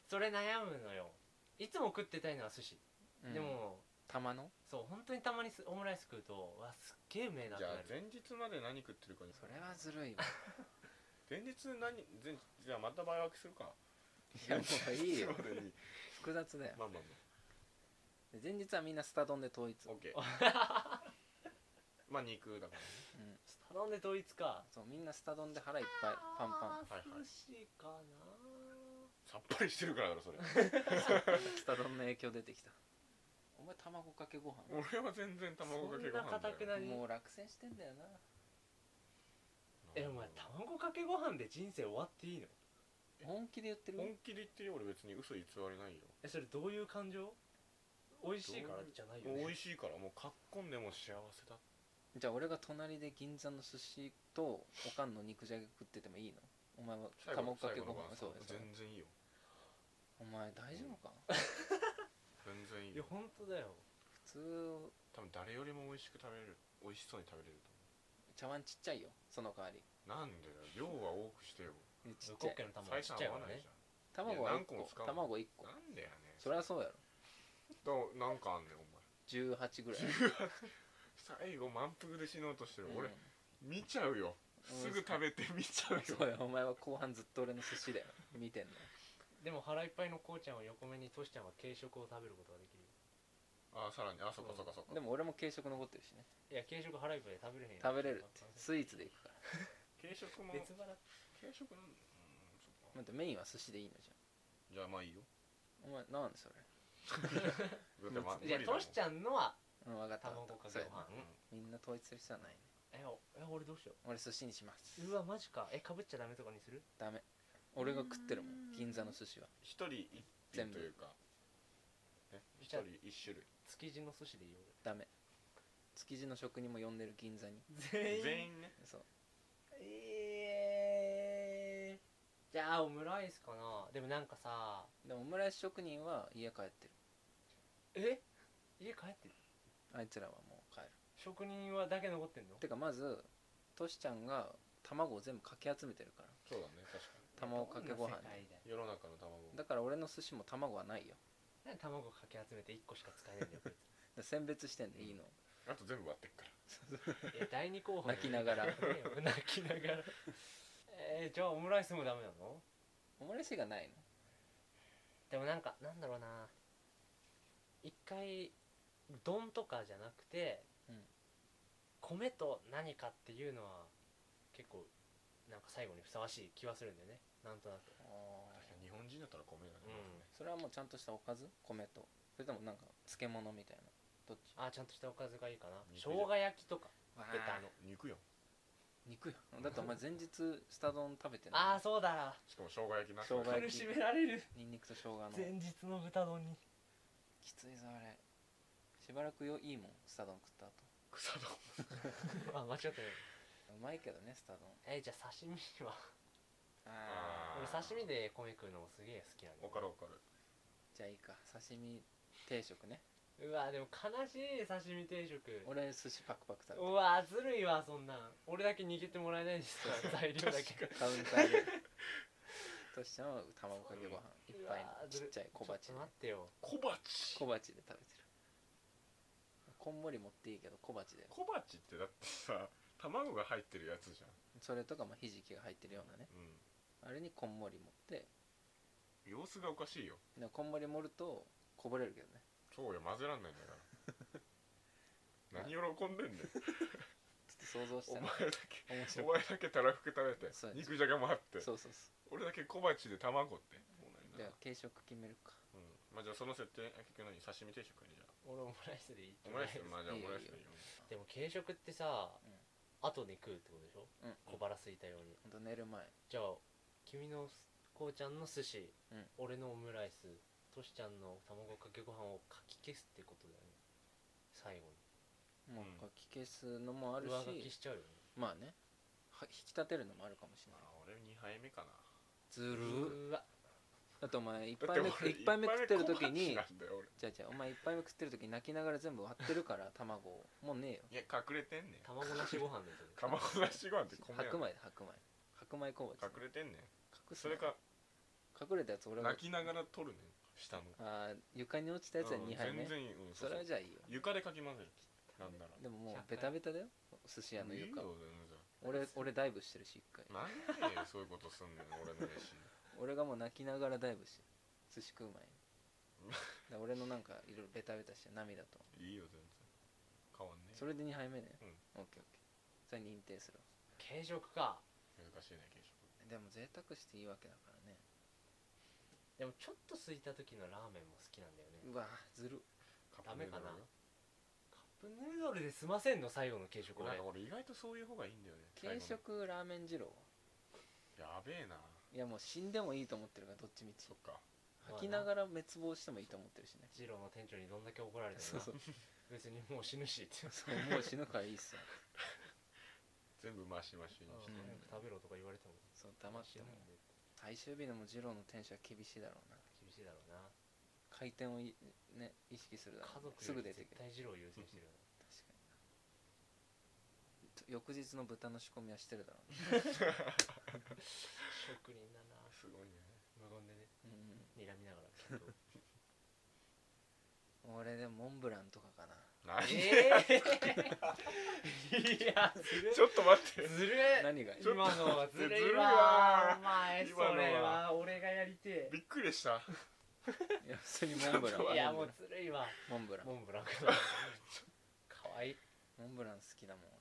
Speaker 3: それ悩むのよいつも食ってたいのは寿司
Speaker 2: うん
Speaker 3: でも
Speaker 2: たまの
Speaker 3: そう本当にたまにすオムライス食うとわすっげえうめえなって
Speaker 1: じゃあ
Speaker 3: なる
Speaker 1: 前日まで何食ってるかに
Speaker 2: それはずるいわ
Speaker 1: 前日何前じゃあまた倍分けするか
Speaker 2: いやもういいよ
Speaker 1: 前日までに
Speaker 2: 複雑だよ
Speaker 1: まあまあま
Speaker 2: で前日はみんなスタ丼で統一、
Speaker 1: あオッケーまあ肉だからね
Speaker 2: うん
Speaker 3: スタ丼で統一か
Speaker 2: そうみんなスタ丼で腹いっぱいパンパ
Speaker 1: ンはいはい
Speaker 3: 寿司かな
Speaker 1: さっぱりしてるからだろそれ
Speaker 2: ンスタ丼の影響出てきたお前卵かけご飯
Speaker 1: 俺は全然卵かけご飯だよ
Speaker 3: そんな硬くない
Speaker 2: もう落選してんだよな
Speaker 3: えお前卵かけご飯で人生終わっていいの
Speaker 2: 本気で言ってる
Speaker 1: 本気で言ってるよ俺別に嘘偽りないよ
Speaker 3: えそれどういう感情美味しいからじゃないよ
Speaker 1: もう美
Speaker 3: ね
Speaker 1: 味しいからもうかっこんでも幸せだ
Speaker 2: じゃあ俺が隣で銀座の寿司とおかんの肉じゃが食っててもいいのお前は
Speaker 1: 最後
Speaker 2: 卵かけご
Speaker 1: 最後の晩
Speaker 2: 飯そう
Speaker 1: 餐
Speaker 2: です
Speaker 1: 全然いいよ
Speaker 2: お前大丈夫か
Speaker 1: 全然いい
Speaker 3: いや
Speaker 1: よ
Speaker 3: 本当だよ
Speaker 2: 普通
Speaker 1: 多分誰よりも美味しく食べれる美味しそうに食べれると
Speaker 2: 茶碗ちっちゃいよその代わり
Speaker 1: 思うなんでだよ量は多くしてよ
Speaker 2: いやちっち
Speaker 3: コ
Speaker 2: ゃ
Speaker 3: ッ
Speaker 2: い
Speaker 3: ケの卵
Speaker 1: 採
Speaker 3: ちっ
Speaker 1: 算
Speaker 3: ちゃい
Speaker 1: 合
Speaker 3: か
Speaker 1: わ
Speaker 3: ら
Speaker 1: ない
Speaker 3: ね
Speaker 1: じゃい
Speaker 2: 卵
Speaker 1: や
Speaker 2: は1
Speaker 1: 何個も使
Speaker 2: 個
Speaker 1: うの
Speaker 2: 卵1個
Speaker 1: んなんだよね
Speaker 2: そりゃそうやろ
Speaker 1: となんかあんねんお前
Speaker 2: 18ぐらい、
Speaker 1: 最後満腹で死のうとしてる、俺
Speaker 2: うん
Speaker 1: 見ちゃうよ
Speaker 2: うん
Speaker 1: すぐ食べて見ちゃうよ
Speaker 2: そうよお前は後半ずっと俺の寿司だよ見てんの
Speaker 3: でも腹いっぱいのこうちゃんを横目にトシちゃんは軽食を食べることができるよ
Speaker 1: あさらにあそっかそっかそっか
Speaker 2: でも俺も軽食残ってるしね
Speaker 3: いや軽食腹いっぱいで食べれへんよ
Speaker 2: 食べれるってスイーツでいくから
Speaker 1: 軽食も
Speaker 3: 別腹
Speaker 1: 軽食なんだうんそっか
Speaker 2: 待ってメインは寿司でいいのじ
Speaker 1: じゃあまあいいよ
Speaker 2: ゃんお前なんでそれ
Speaker 1: だってま無
Speaker 3: いや
Speaker 1: 理だもん
Speaker 3: トシちゃんのは
Speaker 2: うん分かった
Speaker 3: 卵か
Speaker 2: そ
Speaker 3: け
Speaker 2: う
Speaker 3: ご
Speaker 2: やな
Speaker 3: 飯
Speaker 2: みんな統一する必要はないね
Speaker 3: えおえ俺どうしよ
Speaker 2: 俺寿司にします
Speaker 3: ううわマジかえかぶっちゃダメとかにする
Speaker 2: ダメ俺が食ってるもん銀座の寿司は
Speaker 1: 一人一品というかね一人一種類
Speaker 3: 築地の寿司でいいよ
Speaker 2: ダメ築地の職人も呼んでる銀座に
Speaker 3: 俺
Speaker 1: 全員ね
Speaker 2: そう
Speaker 3: えー、じゃあオムライスかなでもなんかさ
Speaker 2: でもオムライス職人は家帰ってる
Speaker 3: え家帰ってる
Speaker 2: あいつらはもう帰る
Speaker 3: 職人はだけ残ってんの
Speaker 2: てかまずトシちゃんが卵を全部かき集めてるから
Speaker 1: そうだね確か
Speaker 2: 卵かけご飯
Speaker 3: どんな世界だよ
Speaker 1: に世の中の卵
Speaker 2: だから俺の寿司も卵はないよ
Speaker 3: なんで卵かけ集めて1個しか使えないんだよこ
Speaker 2: で
Speaker 3: い
Speaker 2: 選別してんでいいの
Speaker 1: あと全部割ってっから
Speaker 3: ついや第2候補
Speaker 2: 泣きながら
Speaker 3: 泣きながらえー、じゃあオムライスもダメなの
Speaker 2: オムライスがないの
Speaker 3: でもなんかなんだろうな一回丼とかじゃなくて、
Speaker 2: うん
Speaker 3: 米と何かっていうのは結構なんか最後にふさわしい気はするんだよねなんとなく
Speaker 2: あ
Speaker 1: 確かに日本人だったら米だね
Speaker 3: うん
Speaker 2: それはもうちゃんとしたおかず米とそれともなんか漬物みたいなどっち
Speaker 3: あーちゃんとしたおかずがいいかな
Speaker 1: 肉じ
Speaker 3: 生
Speaker 1: ゃん
Speaker 3: 姜焼きとか
Speaker 2: あ
Speaker 3: ベタの
Speaker 1: 肉よ
Speaker 2: 肉やだってお前前日スタ丼食べてんの
Speaker 3: ああそうだ
Speaker 1: しかも生姜焼きな
Speaker 2: 生姜焼き
Speaker 3: 苦しめられる
Speaker 2: ニンニクと生姜の
Speaker 3: 前日の豚丼に
Speaker 2: きついぞあれしばらくよいいもんスタ丼食った後
Speaker 1: 草丼
Speaker 3: あ間違ってないう
Speaker 2: まいけどねスタ丼
Speaker 3: えじゃあ刺身は
Speaker 1: あー
Speaker 3: 俺刺身で米食うのもすげえ好きなんだ
Speaker 1: わかるわかる
Speaker 2: じゃあいいか刺身定食ね
Speaker 3: うわでも悲しい刺身定食
Speaker 2: 俺寿司パクパク食べた
Speaker 3: うわずるいわそんなん俺だけ逃げてもらえないんです か材料だけ
Speaker 2: カウンターでとしちゃんは卵かけご飯いっぱいう
Speaker 3: わ
Speaker 2: の
Speaker 3: ー
Speaker 2: ち
Speaker 3: ずる
Speaker 2: っちゃい小
Speaker 3: ち
Speaker 2: 鉢
Speaker 3: ょ
Speaker 2: で
Speaker 3: っと待ってよ
Speaker 1: 小鉢
Speaker 2: 小鉢で食べてるこんもり持っていいけど小鉢で
Speaker 1: 小鉢ってだってさ卵が入ってるやつじゃん
Speaker 2: それとかもひじきが入ってるようなね
Speaker 1: うん
Speaker 2: あれにこんもり持って
Speaker 1: 様子がおかしいよ
Speaker 2: でもこんもり盛るとこぼれるけどね
Speaker 1: そうよ混ぜらんないんだから 何喜んでんねん
Speaker 2: ちょっと想像し
Speaker 1: お
Speaker 2: た
Speaker 1: 前
Speaker 2: ら
Speaker 1: だけ
Speaker 2: 面白
Speaker 1: お
Speaker 2: い
Speaker 1: 前だけたらふく食べて
Speaker 2: そうや
Speaker 1: 肉じゃがもあって
Speaker 2: そうそうそ
Speaker 1: 俺だけ小鉢で卵ってもう
Speaker 2: う
Speaker 1: な
Speaker 2: じ
Speaker 1: い
Speaker 2: ゃあ
Speaker 1: な
Speaker 2: 軽食決めるか
Speaker 1: うんまあじゃあその設定あ結局何刺身定食にじゃあ
Speaker 3: 俺オムライスでいい
Speaker 1: オムライスまあじゃあオ
Speaker 2: いいよ
Speaker 1: ムライスでいいよ
Speaker 3: でも軽食ってさ、
Speaker 2: うん
Speaker 3: 後で食うってことでしょ
Speaker 2: うん
Speaker 3: 小腹空いたように
Speaker 2: ほんと寝る前
Speaker 3: じゃあ君のすこうちゃんの寿司、
Speaker 2: うん
Speaker 3: 俺のオムライスとしちゃんの卵かけご飯をかき消すってことだよね最後
Speaker 2: もうかき消すのもあ
Speaker 3: に
Speaker 2: る
Speaker 3: 上書き
Speaker 2: し
Speaker 3: しちゃうよね
Speaker 2: まあねは引き立てるのもあるかもしれ
Speaker 1: ま
Speaker 2: ない
Speaker 1: あ俺2杯目かな
Speaker 2: ずるー
Speaker 3: うわ
Speaker 2: だってお前一
Speaker 1: だっ
Speaker 2: 杯
Speaker 1: て
Speaker 2: 目
Speaker 1: 俺
Speaker 2: 一杯目食ってる時
Speaker 1: 一杯目小鉢
Speaker 2: に
Speaker 1: なんだよ俺
Speaker 2: じゃあじゃあお前一杯目食ってる時に泣きながら全部割ってるから卵をもうねえよ
Speaker 1: いや隠れてんねん
Speaker 3: 卵なしご飯ですよね
Speaker 1: 卵なしご飯って米やん
Speaker 2: 白米だ白米白米小鉢
Speaker 1: 隠れてんねん
Speaker 2: 隠す
Speaker 1: そ
Speaker 2: な
Speaker 1: れか
Speaker 2: 隠れたやつ俺が
Speaker 1: 泣きながら取るねん下の
Speaker 2: あー床に落ちたやつは2杯目、
Speaker 1: うん全然いいうん
Speaker 2: そ
Speaker 1: そう
Speaker 2: れ
Speaker 1: そ
Speaker 2: は
Speaker 1: う
Speaker 2: じゃあいいよ
Speaker 1: 床でかき混ぜるなんなら
Speaker 2: でももう
Speaker 3: 100
Speaker 2: ベタベタだよ寿司屋の
Speaker 1: いいよ
Speaker 2: 床
Speaker 1: 全然
Speaker 2: 俺俺ダイブしてるし一回
Speaker 1: なんでそういうことすんねん俺の飯
Speaker 2: 俺がもう泣きながらダイブしてる寿司食う前にだから俺のなんかいろいろベタベタして涙と
Speaker 1: いいよ全然変わんねえ
Speaker 2: それで2杯目ね、
Speaker 1: うん
Speaker 2: オッケーオッケーそれ認定するわ
Speaker 3: 軽食か
Speaker 1: 難しいね軽食
Speaker 2: でも贅沢していいわけだからね
Speaker 3: でもちょっと空いた時のラーメンも好きなんだよね
Speaker 2: うわずる
Speaker 1: カ
Speaker 3: ダメかな
Speaker 1: ップヌードルよ
Speaker 3: カップヌードルで済ませんの最後の軽食
Speaker 1: なん
Speaker 3: 俺
Speaker 1: か俺意外とそういう方がいいんだよね
Speaker 2: 軽
Speaker 1: 最後
Speaker 2: 食ラーメン二郎
Speaker 1: のやべえない
Speaker 2: やもう死んでもいいと思ってるからどっちみち
Speaker 1: そっか
Speaker 2: 吐きながら滅亡してもいいと思ってるしね
Speaker 3: ジローの店長にどんだけ怒られて
Speaker 2: そ
Speaker 3: る
Speaker 2: うそう
Speaker 3: 別にもう死ぬしって
Speaker 2: そうもう死ぬからいいっすよ
Speaker 1: 全部マシマシにして
Speaker 2: ん
Speaker 3: 早く食べろとか言われても
Speaker 2: そう黙って
Speaker 3: 死
Speaker 2: も
Speaker 3: ぬんで
Speaker 2: 最終日でも二郎の店主は厳しいだろうな
Speaker 3: 厳しいだろうな
Speaker 2: 回転をいね意識するだろ
Speaker 3: 家
Speaker 2: うねすぐ
Speaker 3: 族より
Speaker 2: 出てくる
Speaker 3: 絶対ジロー優先してるよ
Speaker 2: 確かにと翌日の豚の仕込みはしてるだろうね
Speaker 3: な職人だな
Speaker 1: すごいね
Speaker 3: 無言でね
Speaker 2: う
Speaker 3: 睨みながらちゃんと
Speaker 2: ん俺でもモンブランとかかな
Speaker 1: 何
Speaker 3: ええいやずる
Speaker 1: ちょっと待って
Speaker 3: ずる
Speaker 2: 何がい
Speaker 1: ち
Speaker 2: い
Speaker 1: ょっと
Speaker 3: 今のはずるい
Speaker 1: ずるいわ
Speaker 3: わお前
Speaker 1: 今の
Speaker 3: そ
Speaker 1: は
Speaker 3: れは俺がやりて
Speaker 1: びっくりした
Speaker 2: いや普通にモンブラン
Speaker 3: えいやもうずるいわ
Speaker 2: モンブラン
Speaker 3: モンブランかなかわいい
Speaker 2: モンブラン好きだもん俺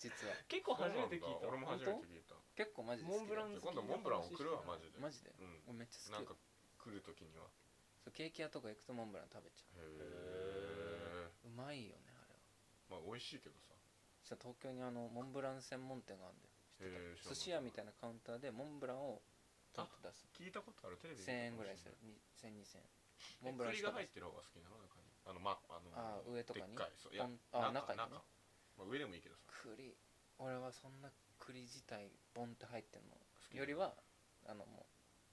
Speaker 2: 実は
Speaker 3: 結構初めて聞いた
Speaker 1: 俺も初めて聞いた
Speaker 2: 結構マジで好き
Speaker 3: モンブラン
Speaker 1: 今度モンブラン送るわマジで
Speaker 2: マジで
Speaker 1: うん
Speaker 2: 俺めっちゃ
Speaker 1: な
Speaker 2: 好
Speaker 1: ん
Speaker 2: き
Speaker 1: か来る時には
Speaker 2: そうケーキ屋とか行くとモンブラン食べちゃ
Speaker 1: へえ
Speaker 2: ううまいよねあれは
Speaker 1: まあ美味しいけどさ
Speaker 2: そしたら東京にあのモンブラン専門店があるんだよ
Speaker 1: へー
Speaker 2: 知ってた寿司屋みたいなカウンターでモンブランを取って出す
Speaker 1: 聞いたことあるテレビで
Speaker 2: 1000円ぐらいする1000 2000円モンブラン
Speaker 1: 栗
Speaker 2: し
Speaker 1: が
Speaker 2: か
Speaker 1: 入っ
Speaker 2: ない
Speaker 1: てる方が好きなの中にあのまあ
Speaker 2: あ
Speaker 1: の
Speaker 2: ー上とかに
Speaker 1: でっかいそういや
Speaker 2: ポンあー
Speaker 1: 中
Speaker 2: 中にね
Speaker 1: 中まあ上でもいいけどさ
Speaker 2: 栗俺はそんな栗自体ボンって入ってるの
Speaker 1: 好き
Speaker 2: よりはあのも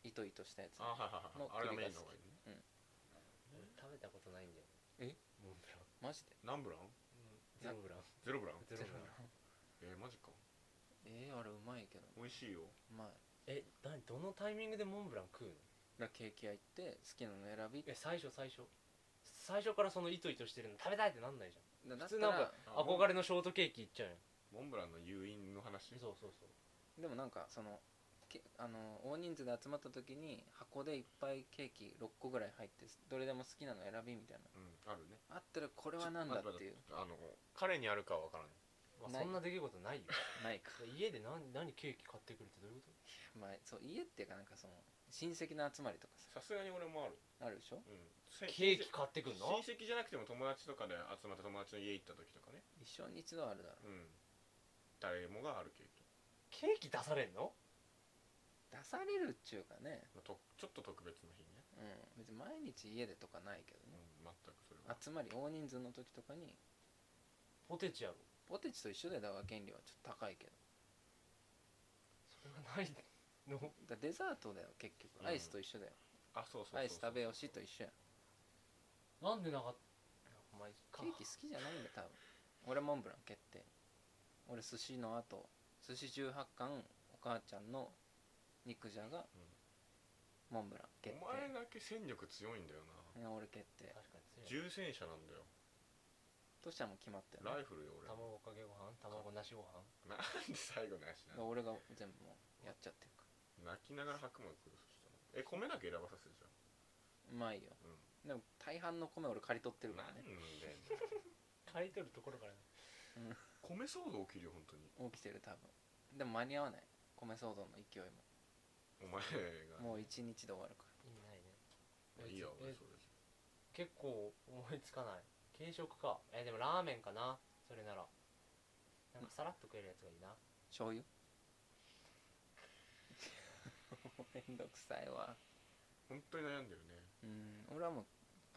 Speaker 2: う糸糸したやつ
Speaker 1: あはい
Speaker 2: の
Speaker 1: はいはいあれがメインの
Speaker 2: 栗が好
Speaker 1: 方がいいね
Speaker 2: き
Speaker 3: 俺食べたことないんだよ
Speaker 2: え
Speaker 3: モンブラン
Speaker 2: マジで
Speaker 1: 何ブラン
Speaker 3: ゼロブラン
Speaker 1: ゼロブラン
Speaker 3: ゼロブラン
Speaker 1: えーマジか
Speaker 2: えー、あれうまいけど
Speaker 1: 美味しいよ
Speaker 2: うまい
Speaker 3: え何どのタイミングでモンブラン食うの
Speaker 2: だからケーキ屋行って好きなの選び
Speaker 3: え最初最初最初からそのイトイトしてるの食べたいってなんないじ
Speaker 2: だだ
Speaker 3: ゃ
Speaker 2: っ
Speaker 3: ん普通
Speaker 2: た
Speaker 3: なんから
Speaker 1: あ
Speaker 3: 憧れのショートケーキいっちゃうよ
Speaker 1: モンブランの誘引の話
Speaker 3: そうそうそう
Speaker 2: でもなんかそのけあの大人数で集まった時に箱でいっぱいケーキ6個ぐらい入ってどれでも好きなの選びみたい
Speaker 1: うんあるね
Speaker 2: なあったらこれはなんだっていう
Speaker 1: ちょっとあの彼にあるかは分からない
Speaker 3: まあ
Speaker 2: ない
Speaker 3: そんな出来事ないよ
Speaker 2: ないか、
Speaker 3: 家で何何ケーキ買ってくるってどういうこ
Speaker 2: まあ、そう家っていうかなんかその親戚の集まりとか
Speaker 1: さすがに俺もある
Speaker 2: さあるでしょ
Speaker 1: うん
Speaker 3: と
Speaker 1: せ
Speaker 3: ケーキ買ってくるの
Speaker 1: 親戚じゃなくても友達とかで集まって友達の家行った時とかね
Speaker 2: 一生に一度はあるだろ
Speaker 1: うん誰もがあるケーキ
Speaker 3: ケーキ出されんの
Speaker 2: 出されるっちゅうかね
Speaker 1: まあとちょっと特別な日ね
Speaker 2: うん別に毎日家でとかないけど
Speaker 1: う
Speaker 2: ね
Speaker 1: ん全くそれは
Speaker 2: 集まり大人数の時とかに
Speaker 3: ポテチやろ
Speaker 2: ポテチと一緒でだから原理はちょっと高いけど
Speaker 3: それがないの
Speaker 2: だからデザートだよ結
Speaker 1: うん
Speaker 2: 局アイスと一緒だよ、
Speaker 1: あそうそうそうそう
Speaker 2: アイス食べようしと一緒やん
Speaker 3: なんでなかったまあいいか
Speaker 2: ケーキ好きじゃないんだ多分俺モンブラン決定俺寿司の後寿司18貫お母ちゃんの肉じゃが、モンブラン決
Speaker 1: お前
Speaker 2: 定
Speaker 1: だけ戦力強いんだよない
Speaker 2: や俺決定
Speaker 3: 確かに強
Speaker 1: 重
Speaker 3: い
Speaker 1: 戦車なんだよ
Speaker 2: トシちゃんも決まったよ
Speaker 1: ライ
Speaker 2: ね
Speaker 1: フルよ俺な
Speaker 3: 卵かけご飯卵なしご飯
Speaker 1: んで最後のやし
Speaker 2: だ
Speaker 1: な
Speaker 2: から俺が全部もうやっちゃってるか
Speaker 1: 泣きながら白米食うそしたらえ米だけ選ばさせるじゃん
Speaker 2: らうまいよ
Speaker 1: うん
Speaker 2: でも大半の米俺借り取ってるか
Speaker 1: なんで
Speaker 2: ら
Speaker 1: ん
Speaker 2: ね
Speaker 1: だよ
Speaker 3: 買い取るところからね
Speaker 1: 米騒動起きるよ本当に
Speaker 2: 起きてる多分でも間に合わない米騒動の勢い
Speaker 1: お前が
Speaker 2: ももう一日で終わるか
Speaker 3: 意味ないね
Speaker 1: まあいいや俺
Speaker 3: え
Speaker 1: それ
Speaker 3: 結構思いつかない軽食かえでもラーメンかなそれならなんかさらっと食えるやつがいいな
Speaker 2: ら醤油 めんどくさいわ
Speaker 1: 本当に悩んでるね
Speaker 2: うん俺はもう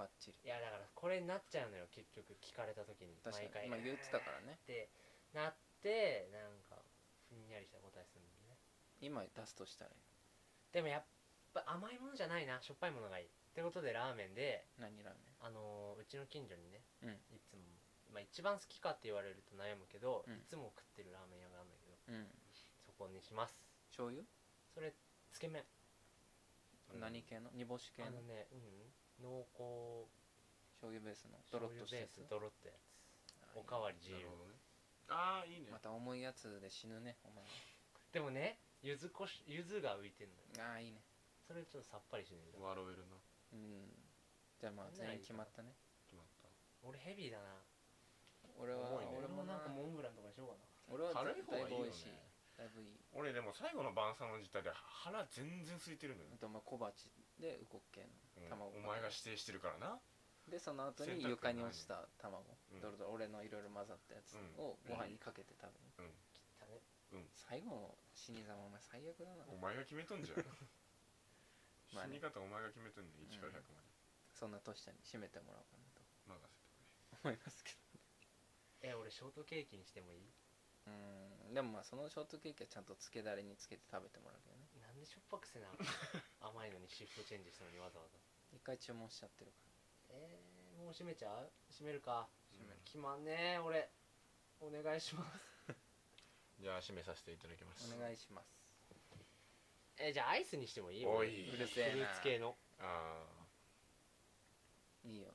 Speaker 2: バッチリ
Speaker 3: いやだからこれになっちゃうのよ結局聞かれた時に
Speaker 2: 確
Speaker 3: 毎
Speaker 2: かに
Speaker 3: 回
Speaker 2: 今言ってたからね
Speaker 3: ってなってなんかふんやりした答えするんだよね
Speaker 2: 今出すとしたら
Speaker 3: でもやっぱ甘いものじゃないなしょっぱいものがいいってことでラーメンで
Speaker 2: 何ラーメ
Speaker 3: あのーうちの近所にね、
Speaker 2: うん
Speaker 3: いつも、まあ、一番好きかって言われると悩むけど、
Speaker 2: うん
Speaker 3: いつも食ってるラーメン屋があるんだけ
Speaker 2: ン
Speaker 3: ど
Speaker 2: うん
Speaker 3: そこにします
Speaker 2: 醤油
Speaker 3: それつけ麺
Speaker 2: 何系の煮干し系
Speaker 3: あ
Speaker 2: の
Speaker 3: のね、うん、濃厚
Speaker 2: 醤油ベースのド
Speaker 3: 醤
Speaker 2: ロッ
Speaker 3: 油
Speaker 2: としたや
Speaker 3: ベー
Speaker 2: つ
Speaker 3: スドロッとやつおかわり自
Speaker 1: な
Speaker 3: 由
Speaker 1: るほどねああいいね
Speaker 2: また重いやつで死ぬねお前
Speaker 3: でもね柚子こし柚子が浮いてんのよ
Speaker 2: ああーいいね
Speaker 3: それちょっとさっぱりしねえだ
Speaker 1: 笑えるな
Speaker 2: うんじゃあまあ全員決まったね
Speaker 1: 決まった
Speaker 3: 俺ヘビーだな
Speaker 2: 俺は
Speaker 1: 重いね
Speaker 2: 俺
Speaker 3: 俺
Speaker 2: も
Speaker 3: も
Speaker 2: な
Speaker 3: なんかモンブランとかにしようかな
Speaker 2: 俺は
Speaker 1: 軽い
Speaker 2: 絶
Speaker 1: 方がいいよ
Speaker 2: 対美
Speaker 1: ね
Speaker 2: 味しいだいぶいい
Speaker 1: 俺でも最後の晩餐の時点で腹全然空いてるのよ
Speaker 2: あとまあ小鉢でうこっけ
Speaker 1: うん
Speaker 2: の卵
Speaker 1: お前が指定してるからな
Speaker 2: でその後
Speaker 1: 洗
Speaker 2: に
Speaker 1: 濯
Speaker 2: 床に落ちた卵
Speaker 1: うん
Speaker 2: ドロドロ俺のいろいろ混ざったや
Speaker 1: う
Speaker 2: つ
Speaker 1: ん
Speaker 2: をご飯にかけて食べる
Speaker 3: 切ったね
Speaker 2: 最後の死に様お前最悪だな
Speaker 1: お前が決めとんじゃん死
Speaker 2: まあね
Speaker 1: に方お前が決めとんねん1から100まで
Speaker 2: そんなトシちゃんに締めてもらおうかなと
Speaker 1: 任せてくれ
Speaker 2: 思いますけ
Speaker 3: え俺ショートケーキにしてもいい
Speaker 2: ど うんでもまあそのショートケーキはちゃんとつけだれにつけて食べてもらうけどね
Speaker 3: なんでしょっぱくせ な甘いのにシフトチェンジしたのにわざわざ
Speaker 2: 一回注文しちゃってるから
Speaker 3: えー、もう閉めちゃう閉めるか
Speaker 1: 閉める
Speaker 3: 決まんねえ俺お願いします
Speaker 1: じゃあ締めさせていただきます
Speaker 2: お願いします
Speaker 3: えじゃあアイスにしてもいい
Speaker 1: お
Speaker 3: 俺
Speaker 1: いう
Speaker 2: る
Speaker 3: フ
Speaker 2: せ
Speaker 3: ル
Speaker 2: えな
Speaker 3: ーツ系の
Speaker 1: あ
Speaker 2: いいよ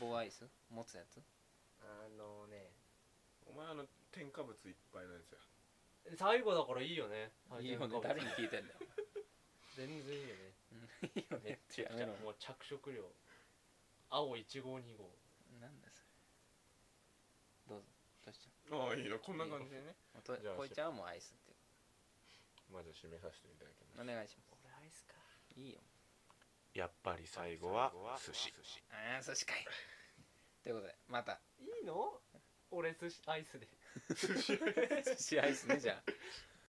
Speaker 2: 棒アイス持つやつ
Speaker 3: あのね
Speaker 1: ーお前あの添加物いっぱいのやつや
Speaker 3: 最後だからいいよね
Speaker 2: いいよね誰に聞いてんだよ
Speaker 3: 全然いい
Speaker 2: うん
Speaker 3: よね
Speaker 2: いいよね
Speaker 3: めっ
Speaker 2: って
Speaker 3: ち
Speaker 2: や
Speaker 3: ゃ
Speaker 2: めろ
Speaker 3: もう着色料青1号2号
Speaker 2: なんだそれどうぞトシち
Speaker 1: ああいいよこんな感じでね
Speaker 2: ゃんもうと
Speaker 1: じゃあ
Speaker 2: こいちゃんはもうアイスって
Speaker 1: まず締めさせていただきます
Speaker 2: お願いしま
Speaker 3: 俺アイスか
Speaker 2: すいいよ
Speaker 1: やっぱり最後は寿司
Speaker 2: ああ寿司かいということでま た
Speaker 3: いいの俺寿司アイスで
Speaker 2: 寿司アイスねじゃあ